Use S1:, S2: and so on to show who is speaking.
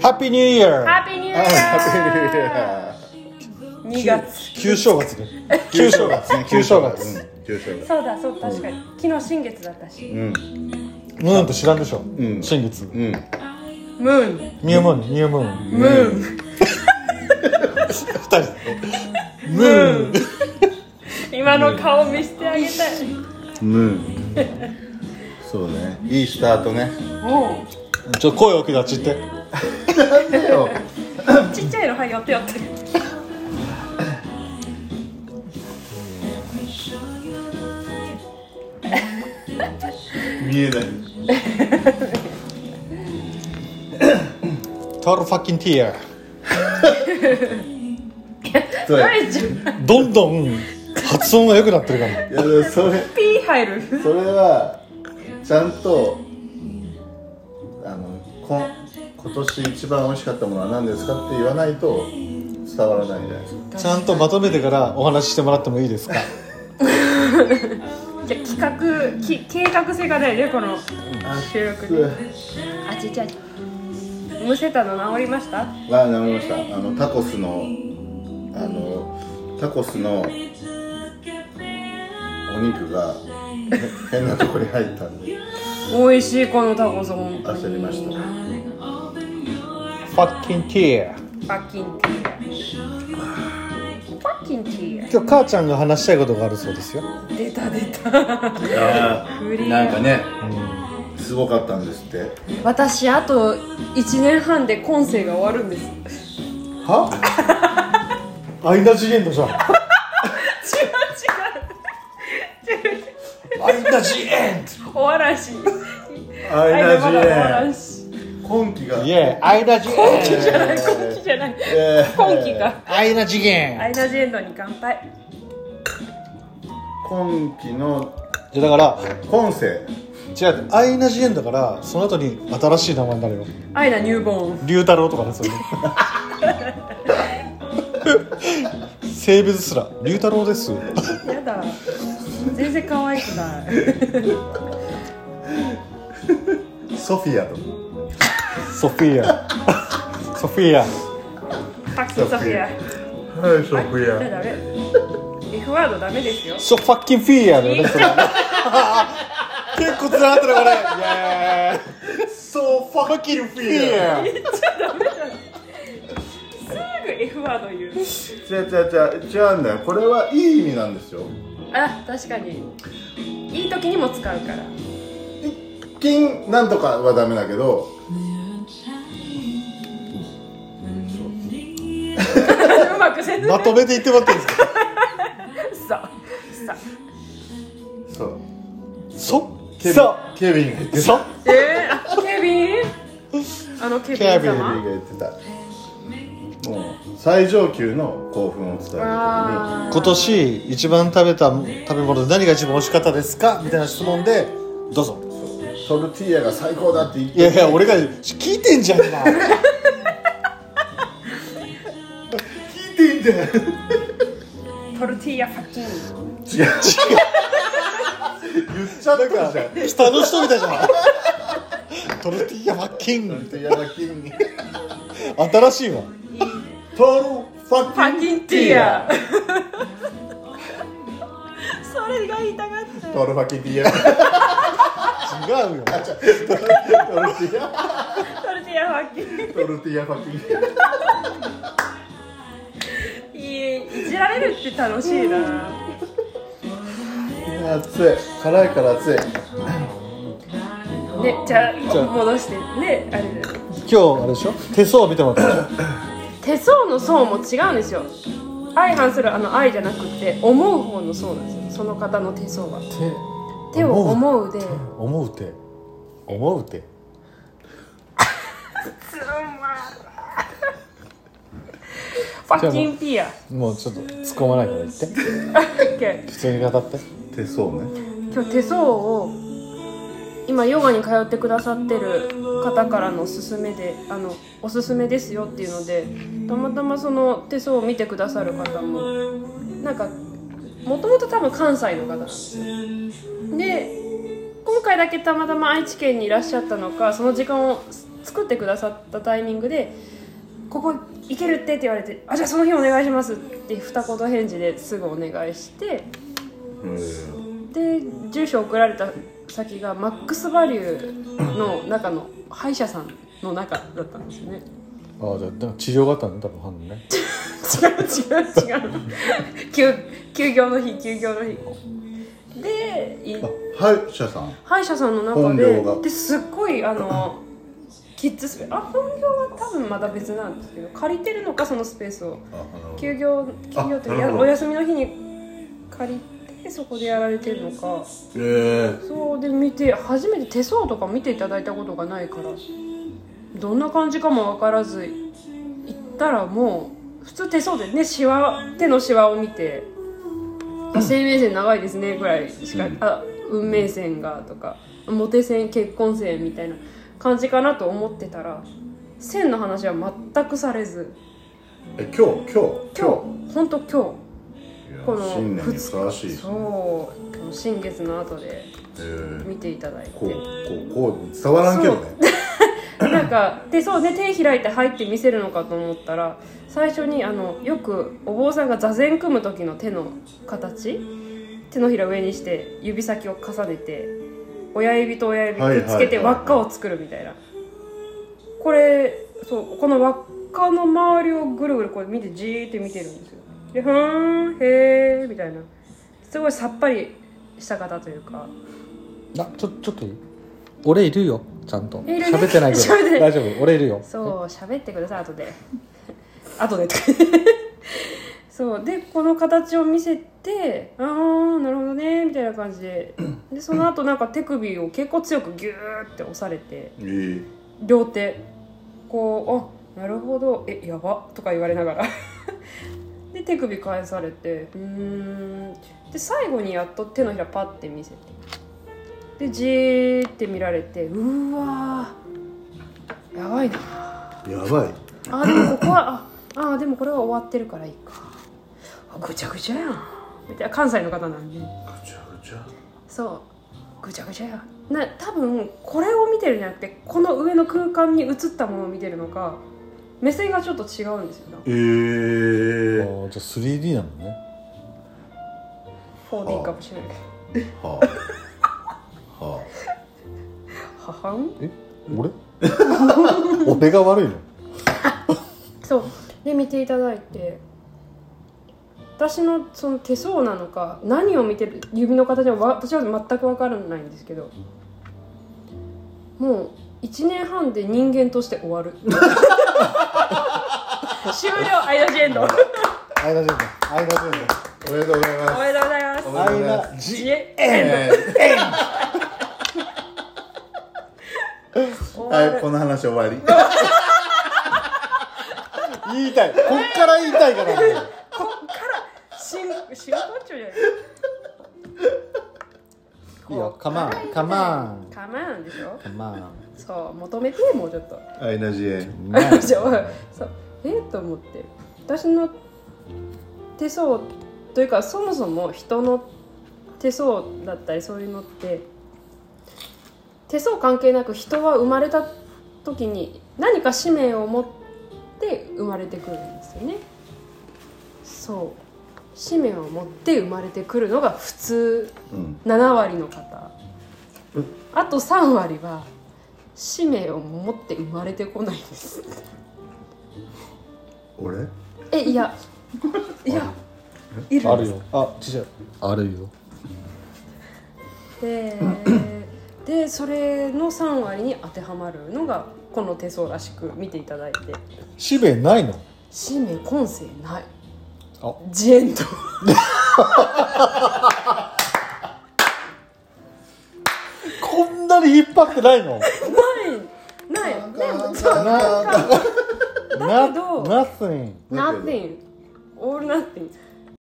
S1: ハッピーニューイヤー
S2: ハッピーニューイヤー2月
S1: 旧正月ね旧正月ね旧正月
S3: うん旧正月
S2: そうだそう確かに昨日新月だったし
S1: ムーンって知らんでしょ
S3: ん
S1: 新月
S3: うん
S2: ムーン
S1: ニュームーンニュームーン
S2: ムーン
S1: 二人でムーン
S2: 今の顔見せてあげたい
S3: うんそうねいいスタートね
S2: も
S1: ちょっと声大きいなあっち行って
S2: うちっちゃいのはい寄って寄って
S3: 見えない
S1: トールファッキンティア
S3: それ
S2: 大丈夫
S1: どんどん発音が良くなってるから
S3: いやでもそれ
S2: ピー入る
S3: それはちゃんとあのこん今年一番美味しかったものは何ですかって言わないと伝わらないじゃないですか
S1: ちゃんとまとめてからお話ししてもらってもいいですか
S2: じゃあ企画き計画性がないねこの収録にあちっちゃいむせたの治りました
S3: あなりましたあのタコスのあのタコスのお肉がへ変なところに入ったんで
S2: 美味しいこのタコスほんと
S3: 焦りました
S1: ファッキンティア
S2: ファッキンティーファッキンティ
S1: 今日母ちゃんが話したいことがあるそうですよ
S2: ー出た出た
S3: いや
S2: 不倫
S3: ーなんかね、すごかったんですって
S2: 私あと1年半で今世が終わるん です
S1: はアイナ・ジ・エンドじゃんアイナ・ジ・エン
S2: お笑いし
S3: アイ
S2: 間まだお
S3: ナ
S2: 笑
S3: ジ
S2: いし
S3: エ今期が
S1: ドイエーアイナ・ジ・エン
S2: じゃない今期じゃない今期か
S1: アイナ・ジ・エン
S2: アイナ・ジ・エンドに乾杯
S3: 今期の
S1: いやだから
S3: 今世
S1: 違うアイナ・ジ・エンだからその後に新しい名前になるよ
S2: アイナ・ニューボーン
S1: 龍太郎とかねそれ 性別すら龍太郎です
S2: やだ全然可愛くない
S3: ソフィアと
S1: ソフィアソフィア
S2: ファッキン・ソフィア
S3: はいソフ
S2: ダメダメ F ワードダメですよ
S1: ソファッキンフィギュアだよねそれ結構つながってるこれ
S3: ソファキルフ
S1: イエーイフィギュア
S2: すぐ F ワード言う
S3: 違う違う違う違うんだよこれはいい意味なんですよ
S2: あ確かにいい時にも使うから
S3: 一見なんとかはダメだけど
S2: うまくせず
S1: まとめて言ってもらっていいですか
S2: ささ
S3: そう
S1: そ
S3: ケビン
S1: そ
S3: ケビンが言ってた
S1: そ
S2: えー、ケビンあのケビン
S1: ケビン
S3: ケビ
S2: 様
S3: ンが言ってたもう最上級の興奮を伝える
S2: あー
S1: 今年一番食べた食べ物で何が一番美味しかったですかみたいな質問でどうぞ
S3: 時にトルティーヤが最高だって言っ
S1: いや
S3: て
S1: いや俺が聞いてんじゃん 今
S3: 聞いてんだよ
S2: トルティーヤファッキン
S3: 違う違う言っちゃったじゃんト
S1: 北の人みたいじゃんトルティーヤファッキ
S3: ル
S1: ン
S3: ティーヤがキンに
S1: 新しいわ
S3: トルファ
S2: ファッ
S3: ッ
S2: キ
S3: キ
S2: ン
S3: ン
S2: ティー ヤそれが言いたかった
S3: トルファキンティーヤ
S1: 違うよ
S3: トルティーヤ
S2: トルティーヤファッキン
S3: トルティーヤファキンティーヤ
S2: いいいじられるって楽しいな
S3: 熱い辛いから熱い
S2: ねじゃあ戻してねあれだよ
S1: 今日あれでしょ手相を見てもらっ
S2: 手相の層も違うんですよ相反するあの愛じゃなくて思う方の層なんですよその方の手相は
S1: た手
S2: 手を思うで
S1: 思うて思うて
S2: つまらんファッキンピア
S1: もうちょっと突っ込まないから言って普通に語って
S3: 手相ね
S2: 今日手相を今ヨガに通ってくださってる方からのおすすめであのおすすめですよっていうのでたまたまその手相を見てくださる方もなんかもともと多分関西の方なんですよでこ今回だけたまたま愛知県にいらっしゃったのかその時間を作ってくださったタイミングで「ここ行けるって」って言われて「あじゃあその日お願いします」って二言返事ですぐお願いして
S3: うん
S2: で住所送られた先がマックスバリューの中の歯医者さんの中だったんですよね
S1: ああじゃあなんか治療があったんだ多分反応ね
S2: 違う違う違う休休業の日休業の日でい
S3: あ歯医者さん
S2: 歯医者さんの中
S3: 本業
S2: で
S3: が
S2: ですっごいあのキッズスペースあ本業は多分まだ別なんですけど借りてるのかそのスペースを
S3: ああの
S2: 休業休業というか
S3: あなる
S2: や
S3: ほど
S2: お休みの日に借りてそこでやられてるのか
S3: えー、
S2: そうで見て初めて手相とか見ていただいたことがないからどんな感じかも分からず行ったらもう普通手相でねシワ手のシワを見て「あ生命線長いですね」ぐらいしか「あ運命線が」とか「モテ線結婚線」みたいな感じかなと思ってたら線の話は全くされず
S3: え今日今日
S2: 今日本当今日
S3: いや
S2: この
S3: 新年にふさわしいですね
S2: そうこの新月の後で
S3: えー
S2: 見ていただい
S3: こう
S2: て
S3: こ。うこう伝わらんけどね
S2: なんかでそうね手開いて入って見せるのかと思ったら最初にあのよくお坊さんが座禅組む時の手の形手のひら上にして指先を重ねて親指と親指くっつけて
S3: はいは
S2: 輪
S3: いはい
S2: っかを作るみたいな、これそうこの輪っかの周りをぐるぐるこう見てじーって見てるんですよでふーんへーみたいなすごいさっぱりした方というか
S4: あちょちょっといい俺いるよちゃんと
S2: いるね
S4: 喋ってないけど
S2: 喋ってない
S4: 大丈夫俺いるよ
S2: そう喋ってください後で 後でとか そうでこの形を見せてああなるほどねみたいな感じででその後なんか手首を結構強くギューって押されて
S3: いい
S2: 両手こう「あなるほどえやば」とか言われながら で手首返されてうーんで最後にやっと手のひらパッて見せてでじーって見られてうーわーやばいな
S3: やばい
S2: あでもここはああでもこれは終わってるからいいかあぐちゃぐちゃやんみたいな関西の方なんで
S3: ぐちゃぐちゃ
S2: そうぐちゃぐちゃやな多分これを見てるんじゃなくてこの上の空間に映ったものを見てるのか目線がちょっと違うんですよな
S3: え
S1: あ
S3: ー、
S1: ーじゃあ 3D なのね
S2: 4D かもしれない
S3: はあは
S2: 母ん
S1: え 俺俺が悪いの
S2: そうで見ていただいて私のその手相なのか何を見てる指の形はわ私は全く分からないんですけどもう1年半で人間として終 わる終了アイドジエンドお
S1: アイナジェンダアイナジェンダ
S3: あおめでとうございます
S2: めでとうございます
S3: おめでとうございます
S1: アイナ
S2: ジ
S1: ジ
S2: エエン
S3: え
S2: ド
S3: ー
S2: 終わ
S3: はい
S2: る
S3: この話終わり
S1: 言いたいこっから言いたいからね
S2: こっからしん仕事っちゅうじゃない
S1: いいよカマンカマン
S2: かまんでしょ
S1: カマン
S2: そう求めてもうちょっと
S3: アイナジエ
S1: うま い
S2: じゃあそうえーと思って私の手相というかそもそも人の手相だったりそういうのって手相関係なく人は生まれた時に何か使命を持って生まれてくるんですよねそう使命を持って生まれてくるのが普通
S3: うん
S2: 7割の方
S3: うん
S2: あと3割は使命を持って生まれてこないです
S3: 俺
S2: えいやいやいる
S1: あるよあ違う
S4: あるよ
S2: ででそれの3割に当てはまるのがこの手相らしく見ていただいて
S1: 使命ないの
S2: 使命今世ない
S1: あ
S2: ジエンド
S1: こんなに引っ張ってないの
S2: ないないでも
S3: そう
S1: な
S2: だけど
S1: Nothing
S2: Nothing all nothing